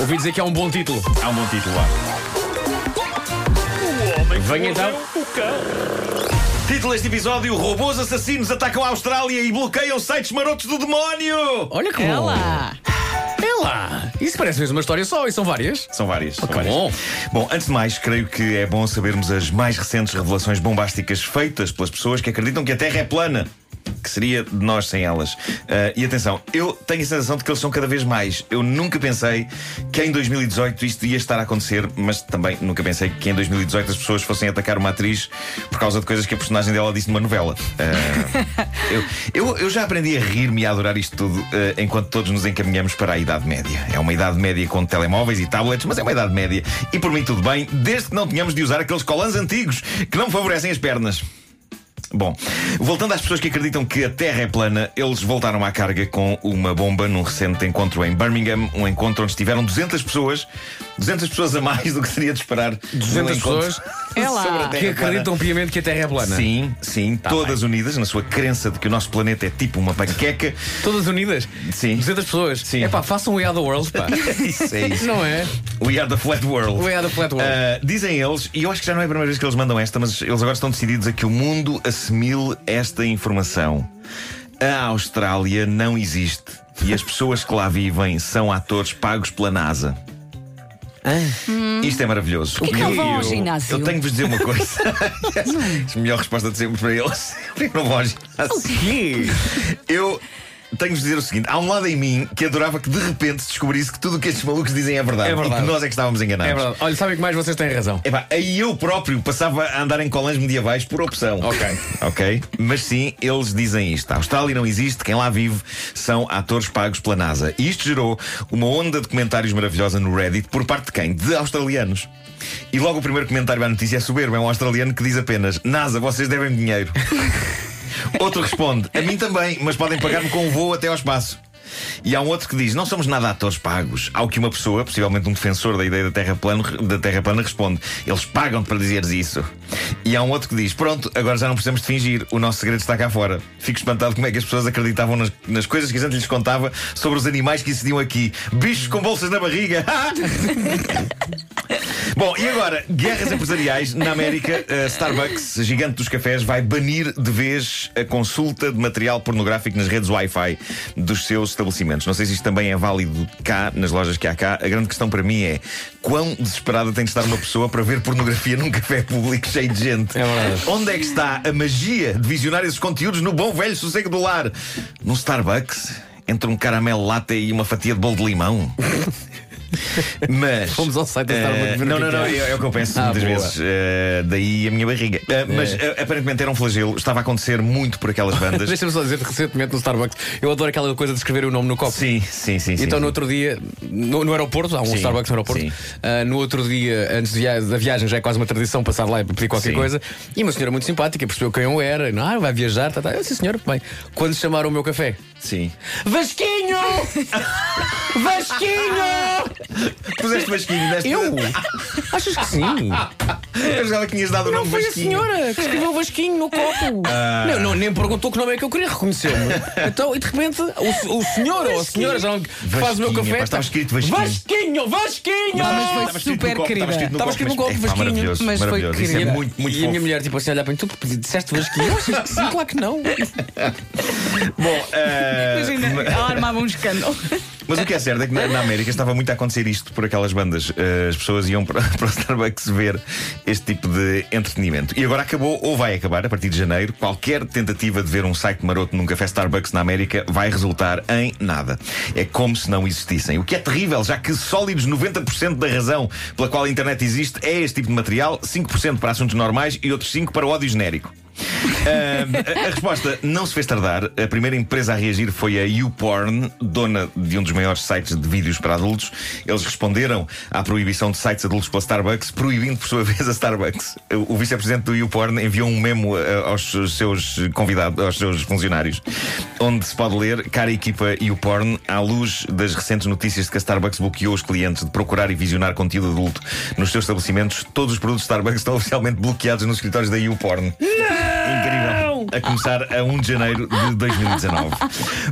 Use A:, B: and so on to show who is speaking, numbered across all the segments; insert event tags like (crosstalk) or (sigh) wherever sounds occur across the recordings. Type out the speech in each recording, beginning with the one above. A: Ouvi dizer que é um bom título.
B: Há um bom título lá.
C: O homem que
A: Venha então.
C: mordeu o cão.
B: Título deste episódio: Robôs assassinos atacam a Austrália e bloqueiam sites marotos do demónio.
A: Olha que
D: É
A: bom.
D: lá.
A: É lá. Isso parece mesmo uma história só e são várias.
B: São várias. são
A: que
B: várias.
A: bom.
B: Bom, antes de mais, creio que é bom sabermos as mais recentes revelações bombásticas feitas pelas pessoas que acreditam que a Terra é plana. Que seria de nós sem elas. Ah, e atenção, eu tenho a sensação de que eles são cada vez mais. Eu nunca pensei que em 2018 isto ia estar a acontecer, mas também nunca pensei que em 2018 as pessoas fossem atacar uma atriz por causa de coisas que a personagem dela disse numa novela. Ah, eu, eu, eu já aprendi a rir-me e a adorar isto tudo eh, enquanto todos nos encaminhamos para a Idade Média. É uma Idade Média com telemóveis e tablets, mas é uma Idade Média. E por mim tudo bem, desde que não tenhamos de usar aqueles colãs antigos que não favorecem as pernas. Bom, voltando às pessoas que acreditam que a Terra é plana, eles voltaram à carga com uma bomba num recente encontro em Birmingham, um encontro onde estiveram 200 pessoas, 200 pessoas a mais do que seria de esperar. num
A: 200
B: encontro
A: pessoas
D: É lá.
B: sobre a
A: que
B: Terra plana.
A: acreditam piamente que a Terra é plana.
B: Sim, sim, todas unidas na sua crença de que o nosso planeta é tipo uma panqueca.
A: Todas unidas?
B: Sim.
A: 200 pessoas?
B: Sim.
A: É pá, façam o We Are the World, pá.
B: isso (laughs) é isso.
A: Não é?
B: We are the flat world.
A: We Are the Flat World.
B: Ah, dizem eles, e eu acho que já não é a primeira vez que eles mandam esta, mas eles agora estão decididos a que o mundo assimile esta informação. A Austrália não existe e as pessoas que lá vivem são atores pagos pela NASA. Isto é maravilhoso.
D: Porquê que não vão ao
B: Eu-
D: ginásio?
B: Eu tenho de vos dizer uma coisa. (laughs) A melhor resposta de sempre para eles. Eu não vou ao ginásio. Eu tenho de vos dizer o seguinte: há um lado em mim que adorava que de repente se descobrisse que tudo o que estes malucos dizem é verdade.
A: É verdade.
B: E que nós é que estávamos enganados.
A: É verdade. Olha, sabem que mais vocês têm razão.
B: Epá, aí eu próprio passava a andar em colãs medievais por opção.
A: Ok.
B: ok. Mas sim, eles dizem isto. A Austrália não existe, quem lá vive são atores pagos pela NASA. E isto gerou uma onda de comentários maravilhosa no Reddit por parte de quem? De australianos. E logo o primeiro comentário à notícia é soberbo. É um australiano que diz apenas: NASA, vocês devem dinheiro. Outro responde: A mim também, mas podem pagar-me com um voo até ao espaço. E há um outro que diz: Não somos nada atores pagos. Ao que uma pessoa, possivelmente um defensor da ideia da Terra, plano, da terra plana, responde: Eles pagam-te para dizeres isso. E há um outro que diz: Pronto, agora já não precisamos de fingir, o nosso segredo está cá fora. Fico espantado como é que as pessoas acreditavam nas, nas coisas que a gente lhes contava sobre os animais que existiam aqui. Bichos com bolsas na barriga. (laughs) Bom, e agora, guerras empresariais na América. A Starbucks, a gigante dos cafés, vai banir de vez a consulta de material pornográfico nas redes Wi-Fi dos seus estabelecimentos. Não sei se isto também é válido cá, nas lojas que há cá. A grande questão para mim é quão desesperada tem de estar uma pessoa para ver pornografia num café público cheio de gente.
A: É verdade.
B: Onde é que está a magia de visionar esses conteúdos no bom velho sossego do lar? Num Starbucks? Entre um caramelo latte e uma fatia de bolo de limão? Mas.
A: (laughs) Fomos ao site da
B: eh,
A: Starbucks ver
B: Não,
A: o que
B: não,
A: é
B: não,
A: que
B: é, é o que eu penso
A: Ah,
B: muitas
A: boa. É.
B: vezes. Eh, daí a minha barriga. Eh, mas eh, aparentemente era um flagelo, estava a acontecer muito
A: (laughs)
B: por aquelas bandas.
A: Deixa-me só dizer recentemente no Starbucks, eu adoro aquela coisa de escrever o nome no copo.
B: sim, sim, sim. sim,
A: Então, no
B: sim.
A: outro dia, no, no aeroporto, há um
B: Sim,
A: Starbucks no aeroporto.
B: sim.
A: ah, no outro dia, antes de via- da viagem, já é quase uma tradição passar lá e pedir qualquer
B: Sim.
A: coisa. E uma senhora muito simpática percebeu quem eu era. e, Ah, vai viajar, tá, tá. Eu, sim, senhor, bem. Quando chamaram o meu café,
B: Sim. (laughs)
A: Vasquinho! Vasquinho!
B: Puseste basquinho, deste.
A: Eu? Achas que sim?
B: (laughs) Eu já tinhas dado o
A: Não
B: nome
A: foi a
B: basquinho.
A: senhora que escreveu Vasquinho no copo.
B: Ah.
A: Não, não, nem perguntou que nome é que eu queria, reconheceu-me.
B: (laughs)
A: Então, e de repente, o, o senhor ou a senhora já não, que faz o meu
B: Vasquinho,
A: café. tá,
B: pá, estava escrito Vasquinho.
A: Vasquinho! Vasquinho!
B: Não,
D: mas
B: estava
D: foi
B: escrito no
D: super
B: copo,
D: querida.
A: Estava escrito no copo,
B: mas-
A: Vasquinho,
B: Epá, É, maravilhoso,
D: mas foi
B: maravilhoso. Isso é
D: querida.
B: muito, muito
A: e a
B: fofo.
A: minha mulher, tipo assim, a olhar para mim, tu disseste Vasquinho? Eu achei que (laughs) sim, claro que não.
B: Bom, eh,
D: Imagina, ela armava um escândalo.
B: Mas o que é certo é que na, na América estava muito a acontecer isto por aquelas bandas. Eh, as pessoas iam para, (laughs) para o Starbucks ver este tipo de entretenimento. E agora acabou, ou vai acabar, a partir de janeiro, qualquer tentativa de ver um site maroto num café Starbucks na América vai resultar em nada. É como se não existissem. O que é terrível, já que sólidos 90% da razão pela qual a internet existe é este tipo de material, 5% para assuntos normais e outros 5% para ódio genérico. Ahm, a, a resposta não se fez tardar. A primeira empresa a reagir foi a YouPorn, dona de um dos maiores sites de vídeos para adultos. Eles responderam à proibição de sites adultos pela Starbucks, proibindo por sua (laughs) vez a Starbucks. O, o vice-presidente do YouPorn enviou um memo eh, aos seus convidados, aos seus funcionários, onde se pode ler, cara equipa YouPorn, à luz das recentes notícias de que a Starbucks bloqueou os clientes de procurar e visionar conteúdo adulto nos seus estabelecimentos, todos os produtos Starbucks estão oficialmente bloqueados nos escritórios da YouPorn. um Incrível. A começar a 1 de janeiro de 2019.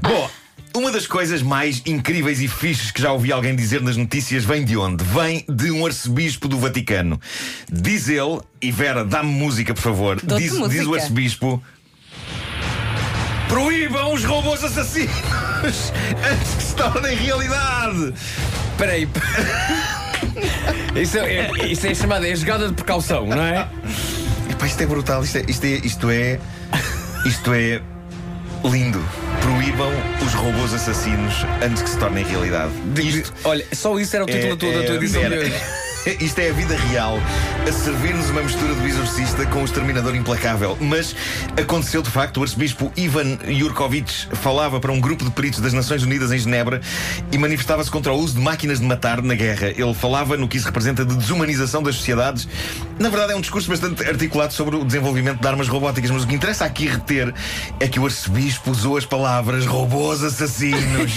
B: Bom. uma das coisas mais incríveis e fixes que já ouvi alguém dizer nas notícias vem de onde? Vem de um arcebispo do Vaticano. Diz ele, e Vera, dá-me música, por favor.
D: Dou-te
B: Diz, diz o
D: música.
B: arcebispo. Proíbam os robôs assassinos (laughs) antes que se tornem realidade.
A: Espera aí. (laughs) Isso é, é- isso é chamada é jogada de precaução, não é?
B: Epá, isto é brutal, isto é, isto é. Isto é, isto é lindo. Proíbam os robôs assassinos antes que se tornem realidade. Isto
A: Olha, só isso era o título da tua- da tua edição de
B: É, era-
A: hoje.
B: (laughs) Isto é a vida real, a servir-nos uma mistura do exorcista com o exterminador implacável. Mas aconteceu de facto, o arcebispo Ivan Yurkovich falava para um grupo de peritos das Nações Unidas em Genebra e manifestava-se contra o uso de máquinas de matar na guerra. Ele falava no que isso representa de desumanização das sociedades. Na verdade, é um discurso bastante articulado sobre o desenvolvimento de armas robóticas, mas o que interessa aqui reter é que o arcebispo usou as palavras robôs assassinos.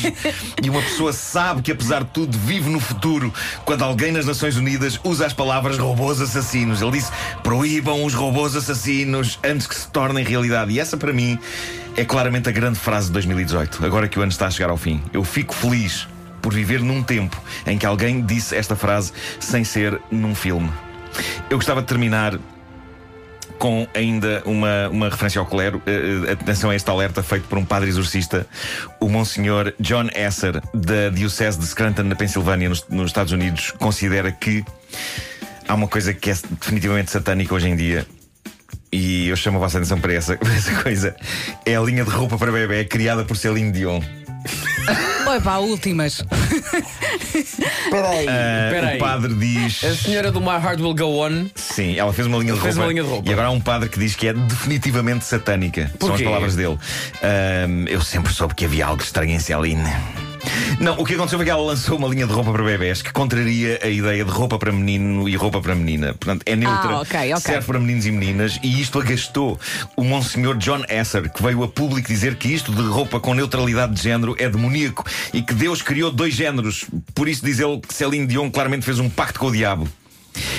B: e uma pessoa sabe que, apesar de tudo, vive no futuro quando alguém nas Nações Unidas usa as palavras robôs assassinos. Ele disse: proíbam os robôs assassinos antes que se tornem realidade. E essa, para mim, é claramente a grande frase de 2018, agora que o ano está a chegar ao fim. Eu fico feliz por viver num tempo em que alguém disse esta frase sem ser num filme. Eu gostava de terminar com ainda uma, uma referência ao clero. Eh, eh, atenção a este alerta feito por um padre exorcista, o Monsenhor John Esser, da Diocese de Scranton, na Pensilvânia, nos, nos Estados Unidos, considera que há uma coisa que é definitivamente satânica hoje em dia. E eu chamo a vossa atenção para essa, (laughs) para essa coisa. É a linha de roupa para bebê criada por Celine Dion.
D: (laughs) Oi, pá, últimas.
A: Peraí.
B: Ah,
A: Peraí.
B: o padre diz.
A: A senhora do My Heart Will Go On.
B: Sim, ela fez uma linha de
A: Fez
B: roupa.
A: uma linha de roupa.
B: E agora há um padre que diz que é definitivamente satânica. São as
A: Porquê?
B: palavras dele. Ahm, eu sempre soube que havia algo estranho em Celine. Não, o que aconteceu foi que ela lançou uma linha de roupa para bebés que contraria a ideia de roupa para menino e roupa para menina. Portanto, é neutra.
D: Ah, ok, ok.
B: Serve para meninos e meninas e isto agastou o Monsenhor John Esser, que veio a público dizer que isto de roupa com neutralidade de género é demoníaco e que Deus criou dois géneros. Por isso diz ele que Celine Dion claramente fez um pacto com o diabo.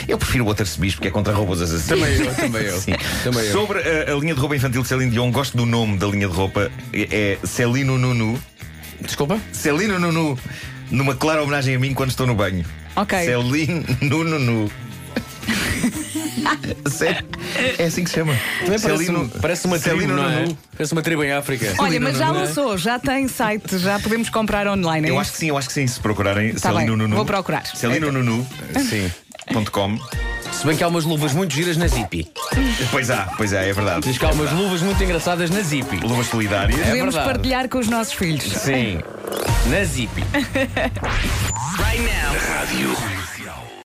B: Eu prefiro o outro arcebispo, que é contra roubos assassinos.
A: Também eu, também eu.
B: (laughs) Sim.
A: Também eu.
B: Sobre eh, a, a linha de roupa infantil de Celine Dion, gosto do nome da linha de roupa. É é Celino Nunu.
A: Desculpa?
B: Celino Nunu, numa clara homenagem a mim quando estou no banho.
D: Ok.
B: Celine
D: (laughs)
B: Nunu. Sério? É assim que se chama.
A: Também parece, um,
B: Celino-
A: parece uma tribo,
B: Celino
A: não é?
B: Nunu.
A: Parece uma tribo em África.
D: Olha, mas já
A: Não é?
D: lançou, já tem site, já podemos comprar online. é
B: Eu
D: isso?
B: acho que sim, eu acho que sim. Se procurarem
D: Tá
B: Celino
D: bem,
B: Nunu.
D: vou procurar.
B: Celino
D: (laughs)
A: Sim.
B: Nunu.com.
A: Se bem que há umas luvas muito giras na Zippy.
B: Pois há, pois há, é verdade.
A: Diz que há umas luvas muito engraçadas na Zippy.
B: Luvas solidárias.
D: Podemos
A: verdade.
D: partilhar com os nossos filhos.
A: Sim. Na Zippy.